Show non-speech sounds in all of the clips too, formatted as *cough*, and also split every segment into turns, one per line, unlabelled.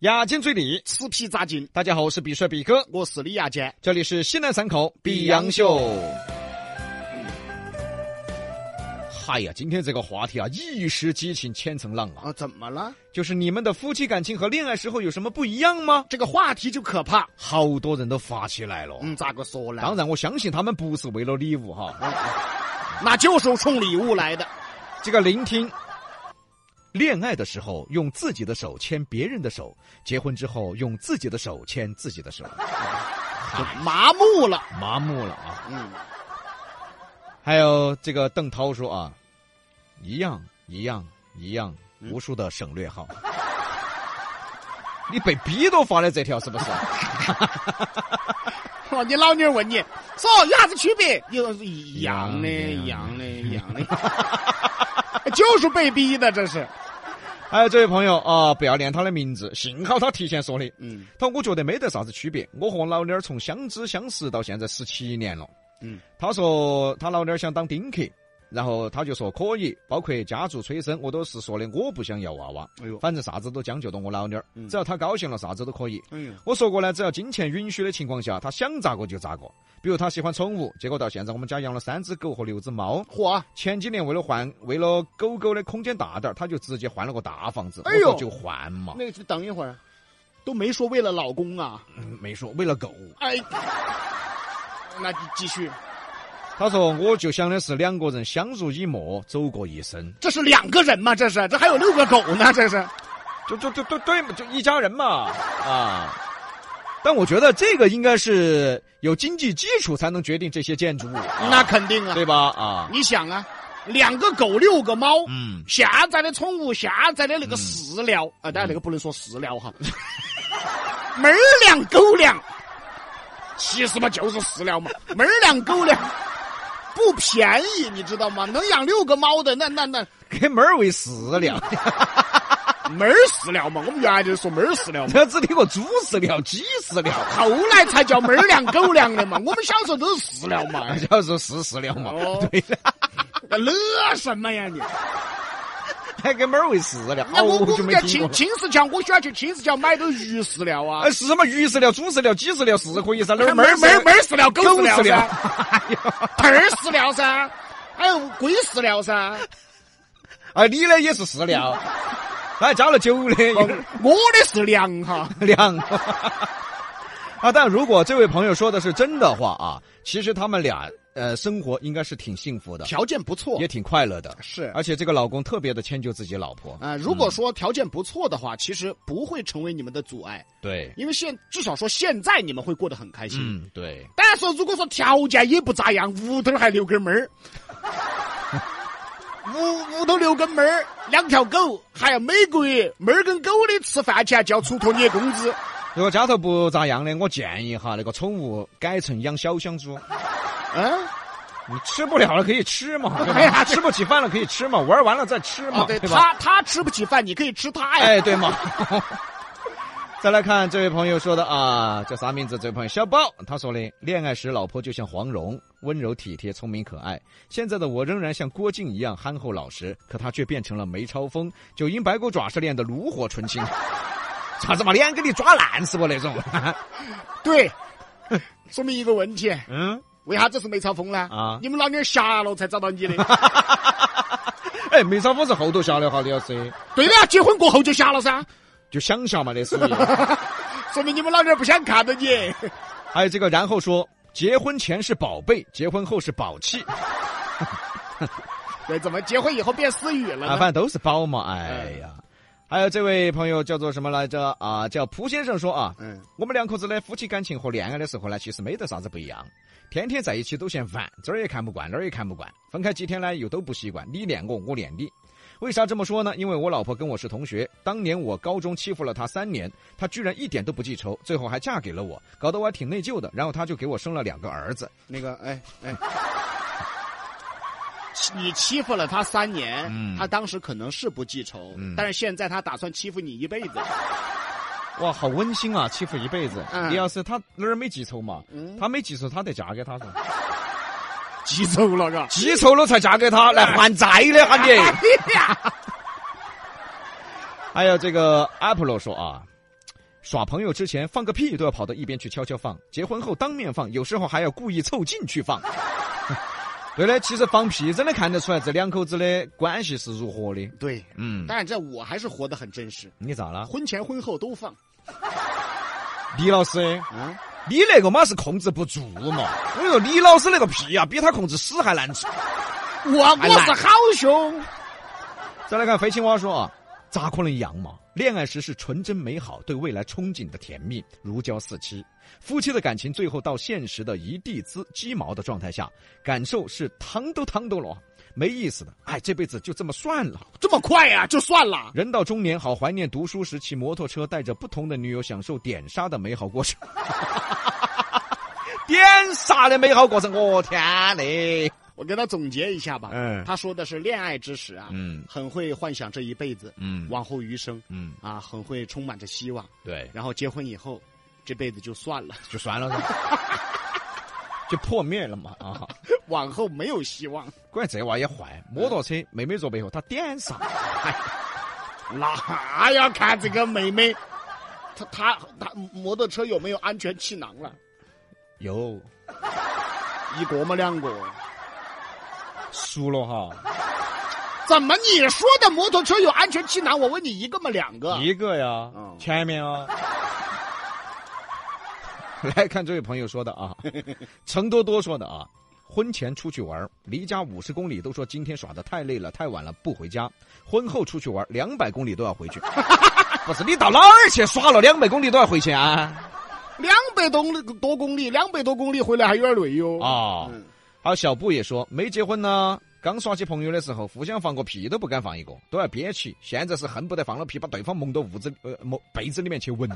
牙尖嘴利，
吃皮扎筋。
大家好，我是比帅比哥，
我是李亚坚，
这里是西南三口比
洋秀。
嗨呀，今天这个话题啊，一时激情千层浪啊，
啊，怎么了？
就是你们的夫妻感情和恋爱时候有什么不一样吗？
这个话题就可怕。
好多人都发起来了。
嗯，咋个说呢？嗯
当然，我相信他们不是为了礼物哈。
那就是冲礼物
*laughs*
来的。
这个聆听。恋爱的时候用自己的手牵别人的手，结婚之后用自己的手牵自己的手，
就麻木了。
麻木了啊！
嗯，
还有这个邓涛说啊，一样一样一样，
嗯
无数的省略号。 *laughs* 你被逼都发了这条是不是？ *laughs*
哦，你老妞问你说有啥子区别？有一样的，一
一
样
样
的，一样的， *laughs* 就是被逼的，这是。
还有这位朋友啊，不要念他的名字，幸好他提前说的。
嗯
他说我觉得没得啥子区别，我和我老妞儿从相知相识到现在十七年了。
嗯，
他说他老妞儿想当丁克，然后他就说可以，包括家族催生，我都是说的我不想要娃娃，
哎呦，
反正啥子都将就到我老妞儿，
嗯
只要她高兴了，啥子都可以。
哎呦，
我说过呢，只要金钱允许的情况下，她想咋个就咋个。比如她喜欢宠物，结果到现在我们家养了三只狗和六只猫。
嚯，
前几年为了换，为了狗狗的空间大点儿，她就直接换了个大房子。
哎呦
我说就换嘛，
那个就等一会儿，都没说为了老公啊。
嗯没说为了狗。
哎，那你继续，
他说：“我就想的是两个人相濡以沫，走过一生，
这是两个人吗？这是，这还有六个狗呢，这是。
就就就对对嘛，就一家人嘛啊。但我觉得这个应该是有经济基础才能决定这些建筑物，
那肯定啊，
对吧？啊，
你想啊，两个狗，六个猫。
嗯，
现在的宠物，现在的那个饲料啊，当然那个不能说饲料哈， *laughs* 猫儿粮、狗粮，其实嘛就是饲料嘛，猫儿粮、狗粮不便宜，你知道吗？能养六个猫的，那那那
给猫儿喂饲料，
猫儿饲料嘛，我们原来就是说猫儿饲料嘛，
他只听过猪饲料、鸡饲料，
后来才叫猫儿粮、狗粮的嘛，我们小时候都是饲料嘛，
叫做是饲料嘛，
哦
对的，
那乐什么呀你？
还给猫儿喂饲料，
啊那我
好
我
久
们
哦没
家
听过
青
了。
青石桥，我喜欢去青石桥买都鱼饲料啊
哎，，是什么鱼饲料、猪饲料、鸡饲料是可以噻，哪儿
猫
猫
儿
儿
猫儿
饲
猫
料
儿饲料、狗
狗
饲
饲料
料噻。盆儿饲料噻，还有龟饲
*laughs*
料噻。
啊，你呢也是饲料，他还加了酒的，
*laughs* 我的是粮哈，
两个。啊，但如果这位朋友说的是真的话啊，其实他们俩呃生活应该是挺幸福的，
条件不错
也哎挺快乐的，
是啊、
而且这个老公特别的迁就自己老婆。
如果说条件不错的话，其实不会成为你们的阻碍，
对，
因为现至少说现在你们会过得很开心。
嗯，对，
但是如果说条件也不咋样，屋头还留根猫儿， *laughs* 屋屋头留根猫儿，两条狗，还要每个月猫儿跟狗的吃饭钱就要出托你的工资。
如果家头不咋样的，我建议哈，那个宠物改成养小香猪，
嗯、
你吃不了了可以吃嘛，对吧
哎呀
吃不起饭了可以吃嘛，玩完了再吃嘛，
啊，对，
吧？
他他吃不起饭，你可以吃他呀。
哎，对嘛。 *laughs* 再来看这位朋友说的啊，叫啥名字？这位朋友小宝，他说的，恋爱时老婆就像黄蓉，温柔体贴、聪明可爱。现在的我仍然像郭靖一样憨厚老实，可她却变成了梅超风，九阴白骨爪是练得炉火纯青。 *laughs* 啥子嘛，脸给你抓烂是不那种？
对， *laughs* 说明一个问题，
嗯，
为啥子是梅超风呢？
啊
你们老娘瞎了才找到你的。 *laughs*
哎，梅超风是后头下的哈，你要是
对的呀，结婚过后就瞎了噻，
就想下嘛，那属于。
说明你们老娘不想看到你。 *laughs*
还有哎这个，然后说，结婚前是宝贝，结婚后是宝气。
对，怎么结婚以后变私语了
啊，
呢？
反正都是宝嘛。哎呀，还有这位朋友叫做什么来着？啊，叫蒲先生说啊，
嗯，
我们两口子的夫妻感情和恋爱的时候呢，其实没得啥子不一样，天天在一起都嫌烦，这儿也看不惯，那儿也看不惯，分开几天呢又都不习惯，你恋我，我恋你。为啥这么说呢？因为我老婆跟我是同学，当年我高中欺负了她三年，她居然一点都不记仇，最后还嫁给了我，搞得我还挺内疚的。然后她就给我生了两个儿子。
那个，哎哎。你欺负了他三年，
嗯
他当时可能是不记仇，
嗯
但是现在他打算欺负你一辈子。
哇，好温馨啊！欺负一辈子。
嗯
你要是她哪儿没记仇嘛，
嗯，
她没记仇，她得嫁给他噻。
记仇了嘎。
记仇了才嫁给他来还债的哈
哎
你。
呀，
还有这个 Apple 说啊，耍朋友之前放个屁都要跑到一边去悄悄放，结婚后当面放，有时候还要故意凑近去放。 *laughs* 对的，其实放屁真的看得出来这两口子的关系是如何的。
对，
嗯，
当然这我还是活得很真实，
你咋了，
婚前婚后都放
李老师？
啊。
你那个嘛是控制不住嘛！我说李老师那个屁呀、比他控制屎还难吃。
我我是好凶，
再来看肥青蛙说啊，咋可能一样嘛？恋爱时是纯真美好，对未来憧憬的甜蜜，如胶似漆。夫妻的感情最后到现实的一地鸡鸡毛的状态下，感受是糖都糖都了，没意思的。哎，这辈子就这么算了。
这么快呀、就算了。
人到中年，好怀念读书时骑摩托车，带着不同的女友享受点杀的美好过程。 *laughs* 点杀的美好过程，我、天嘞！
我给他总结一下吧。
嗯
他说的是恋爱之时啊，
嗯
很会幻想这一辈子，
嗯
往后余生
嗯，
啊，很会充满着希望。
对，
然后结婚以后，这辈子就算了，
就算了噻， *laughs* 就破灭了嘛啊！
往后没有希望。
关键这娃也坏，
嗯
摩托车妹妹坐背后，他点啥？
那要看这个妹妹，她她她摩托车有没有安全气囊了？
有
一个么两个？
熟了哈，
怎么你说的摩托车有安全气囊？我问你一个么两个？
一个呀
嗯，
前面啊。 *laughs* 来看这位朋友说的
*laughs*
啊，程多多说的啊，婚前出去玩，离家五十公里都说今天耍的太累了，太晚了不回家；婚后出去玩，两百公里都要回去。
*laughs*
不是你到哪儿去耍了，两百公里都要回去啊？
两百多多公里，两百多公里回来还有点累哟。
哦，
嗯
还有小布也说，没结婚呢，刚耍起朋友的时候，互相放个屁都不敢放一个，都要憋起。现在是恨不得放了屁把对方蒙到屋子呃蒙被子里面去闻。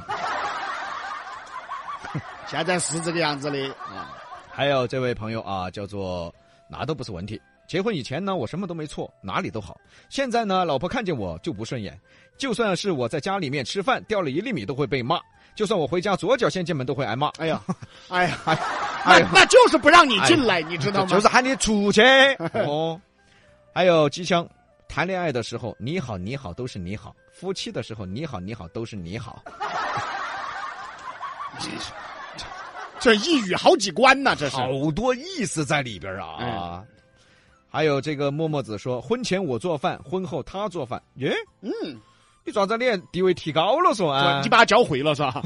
现在是这个样子的啊。
还有这位朋友啊，叫做哪都不是问题。结婚以前呢，我什么都没错，哪里都好。现在呢，老婆看见我就不顺眼，就算是我在家里面吃饭掉了一粒米都会被骂，就算我回家左脚先进门都会挨骂。 *laughs*
哎呀，哎呀，
哎
那
呀哎
那就是不让你进来，你知道吗？
就是喊你出去 *laughs* 哦。还有机枪，谈恋爱的时候你好你好都是你好，夫妻的时候你好你好都是你好，
这一语好几关呐，这是。
好多意思在里边啊。还有这个默默子说，婚前我做饭，婚后他做饭，耶，
嗯，
你咋子脸地位提高了说啊？
你把它教毁了是吧？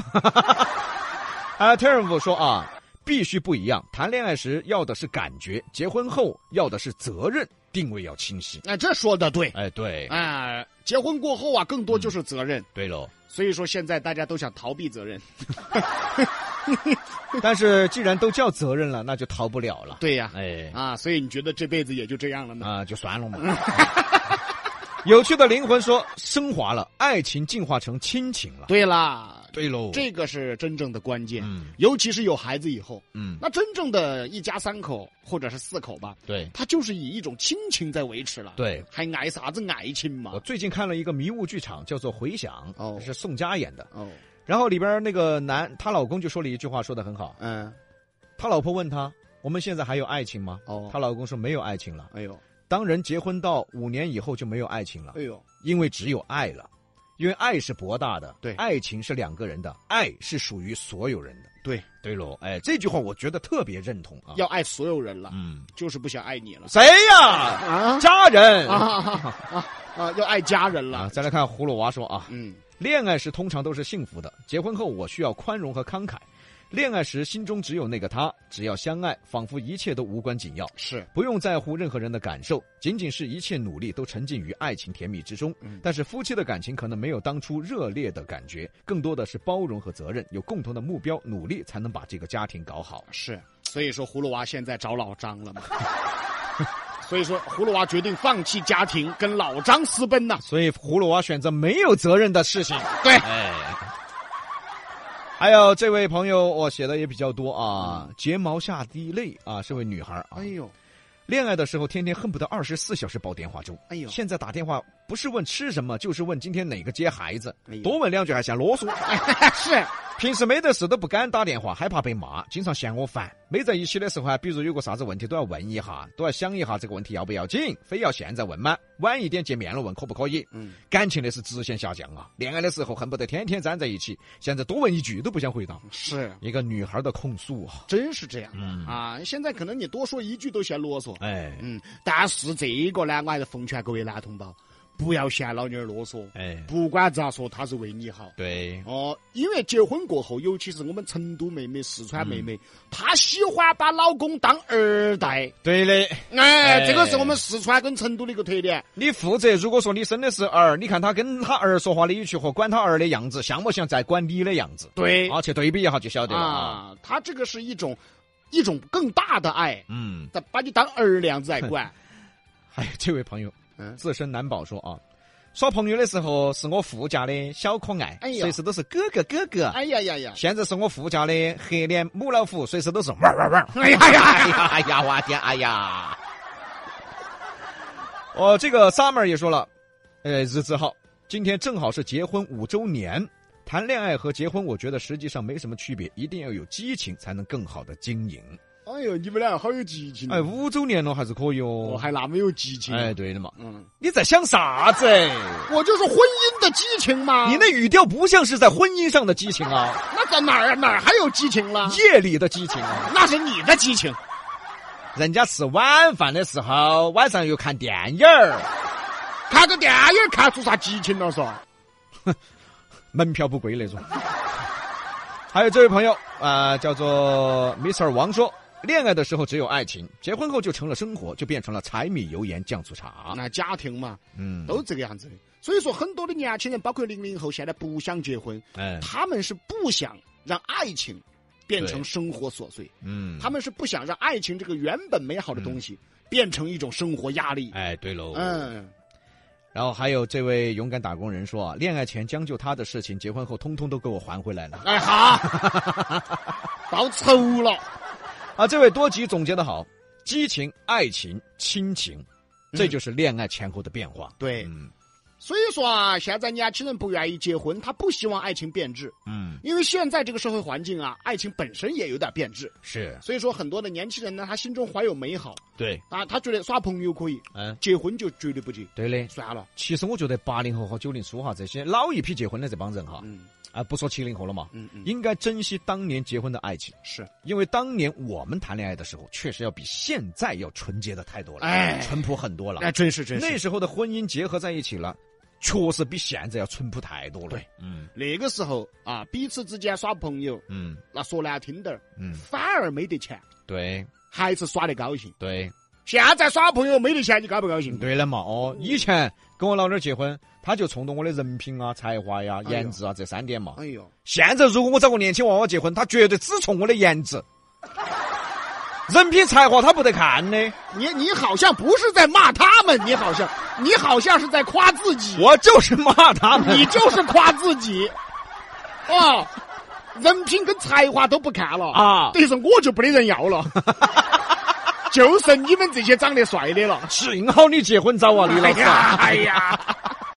*laughs*
啊 t e r 说啊，必须不一样。谈恋爱时要的是感觉，结婚后要的是责任，定位要清晰。
哎，这说的对。
哎，嗯对，
哎，结婚过后啊，更多就是责任。
对喽。
所以说，现在大家都想逃避责任。
哎 *laughs* 但是既然都叫责任了，那就逃不了了。
对呀、
哎
啊，所以你觉得这辈子也就这样了吗？
啊，就算了嘛。 *laughs* 有趣的灵魂说升华了，爱情进化成亲情了。
对啦，
对喽
这个是真正的关键。
啊哦嗯
尤其是有孩子以后，
嗯，
那真正的一家三口或者是四口吧，
对
他就是以一种亲情在维持了。，
对。
还挨啥子挨亲嘛
我？最近看了一个迷雾剧场，叫做《回响》，
啊哦
是宋佳演的。
哦，
然后里边那个男，她老公就说了一句话，说的很好。
嗯，
他老婆问他：“我们现在还有爱情吗？”
哦
她，老公说：“没有爱情了。
哎呦，
当人结婚到五年以后就没有爱情了
哎，呦，
因为只有爱了，因为爱是博大的，
对
爱情是两个人的，爱是属于所有人的。”
对，
对喽，哎，这句话我觉得特别认同啊。
要爱所有人了，
嗯，
就是不想爱你了
谁呀？
啊
家人
*laughs* 啊啊啊啊！要爱家人
啊！
了，
再来看葫芦娃说啊，
嗯，
恋爱时通常都是幸福的，结婚后我需要宽容和慷慨。恋爱时心中只有那个他，只要相爱，仿佛一切都无关紧要，
是
不用在乎任何人的感受，仅仅是一切努力都沉浸于爱情甜蜜之中。
嗯
但是夫妻的感情可能没有当初热烈的感觉，更多的是包容和责任，有共同的目标，努力才能把这个家庭搞好。
是，所以说葫芦娃现在找老张了嘛。 *laughs* 所以说，葫芦娃决定放弃家庭，跟老张私奔呐。
所以葫芦娃选择没有责任的事
*laughs*
情。
对
哎，还有这位朋友，我写的也比较多啊，
嗯
睫毛下滴泪啊，是位女孩啊。
哎呦，
恋爱的时候天天恨不得二十四小时煲电话粥，
哎呦
现在打电话不是问吃什么，就是问今天哪个接孩子
哎，呦
多问两句还嫌啰嗦。
是啊
平时没得事都不敢打电话，害怕被骂，经常嫌我烦。没在一起的时候啊，比如有个啥子问题都要问一下，都要想一下这个问题要不要紧，非要现在问吗？晚一点见面了问可不可以？
嗯，
感情那是直线下降啊！恋爱的时候恨不得天天粘在一起，现在多问一句都不想回答。
是，
一个女孩的控诉啊，
真是这样、
嗯
啊！现在可能你多说一句都嫌啰嗦，
哎
嗯，但是这个呢，我还是奉劝各位男同胞，不要嫌老娘儿啰嗦，
哎，
不管咋说，她是为你好。
对，
哦，因为结婚过后，尤其是我们成都妹妹、四川妹妹，
嗯
她喜欢把老公当儿带。
对的。
哎，
哎
这个是我们四川跟成都的一个特点。
你负责，如果说你生的是儿，你看他跟他儿说话的语气和管他儿的样子像不像在管你的样子？
对
啊，去对比一下就晓得了啊。
哎啊，她这个是一种一种更大的爱，
嗯，
她把你当儿那样子来
*laughs*
管。
还有这位朋友，
嗯
自身难保说啊，耍朋友的时候是我副驾的小可爱，
哎呀
随时都是哥哥哥哥。
哎呀呀呀！
现在是我副驾的黑脸母老虎，随时都是汪汪汪。
哎呀呀
哎
呀！
呀哎呀，我的天，哎呀！哦，这个 summer 也说了，呃，日子好，今天正好是结婚五周年。谈恋爱和结婚，我觉得实际上没什么区别，一定要有激情才能更好的经营。
哎呦，你们俩好有激情！啊
哎，五周年了还是可以
我
哦。
还那么有激情。
哎，对的嘛，
嗯，
你在想啥子？
我就是婚姻的激情嘛。
你那语调不像是在婚姻上的激情啊，
那在哪儿啊？哪儿还有激情
*laughs*
了？
夜里的激情啊，
那是你的激情。
人家吃晚饭的时候，晚上又看电影儿，
看个电影看出啥激情了是
啊
吧？
门票不贵那
*laughs*
种。还有这位朋友啊、呃叫做 Mr 王说，恋爱的时候只有爱情，结婚后就成了生活，就变成了柴米油盐酱醋茶。
那家庭嘛，
嗯，
都这个样子的。所以说，很多的年轻人，包括零零后，现在不想结婚，
哎，
他们是不想让爱情变成生活琐碎，
嗯，
他们是不想让爱情这个原本美好的东西变成一种生活压力。
哎，对喽，嗯。
嗯，
然后还有这位勇敢打工人说，啊，恋爱前将就他的事情，结婚后通通都给我还回来了。
哎好， *laughs* 报仇了。
啊，这位多吉总结的好，激情、爱情、亲情，这就是恋爱前后的变化。
对，
嗯
所以说啊，现在年轻人不愿意结婚，他不希望爱情变质，
嗯，
因为现在这个社会环境啊，爱情本身也有点变质。
是
所以说，很多的年轻人呢，他心中怀有美好
对，
啊，他觉得耍朋友可以，
嗯，
结婚就绝对不结，
对的。
算了，
其实我觉得八零后和九零初哈这些老一批结婚的这帮人哈，
嗯
啊，不说七零后了嘛，
嗯嗯，
应该珍惜当年结婚的爱情，
是，
因为当年我们谈恋爱的时候，确实要比现在要纯洁的太多了，
哎
淳朴很多了。
哎，真是真
那
是，
时候的婚姻结合在一起了，确实比现在要淳朴太多了。
对，
嗯
那个时候啊，彼此之间耍朋友，
嗯
那说难听点儿，
嗯，
反而没得钱，
对
还是耍得高兴。
对。
现在耍朋友没得钱，你高不高兴？
对了嘛，哦，
嗯
以前跟我老娘儿结婚，他就冲着我的人品啊、才华呀、
哎呀
颜值啊这三点嘛。
哎呦，
现在如果我找个年轻娃娃结婚，他绝对只冲我的颜
*laughs*
值，人品才华他不得看的。
你你好像不是在骂他们，你好像你好像是在夸自己，
我就是骂他
你
们。
就是夸自己，啊，人品跟才华都不看了 *laughs*
啊
等于说我就没得人
*laughs*
要了，就剩你们这些长得帅的了。
幸好你结婚早啊，李老
哎
师。
呀，哎呀，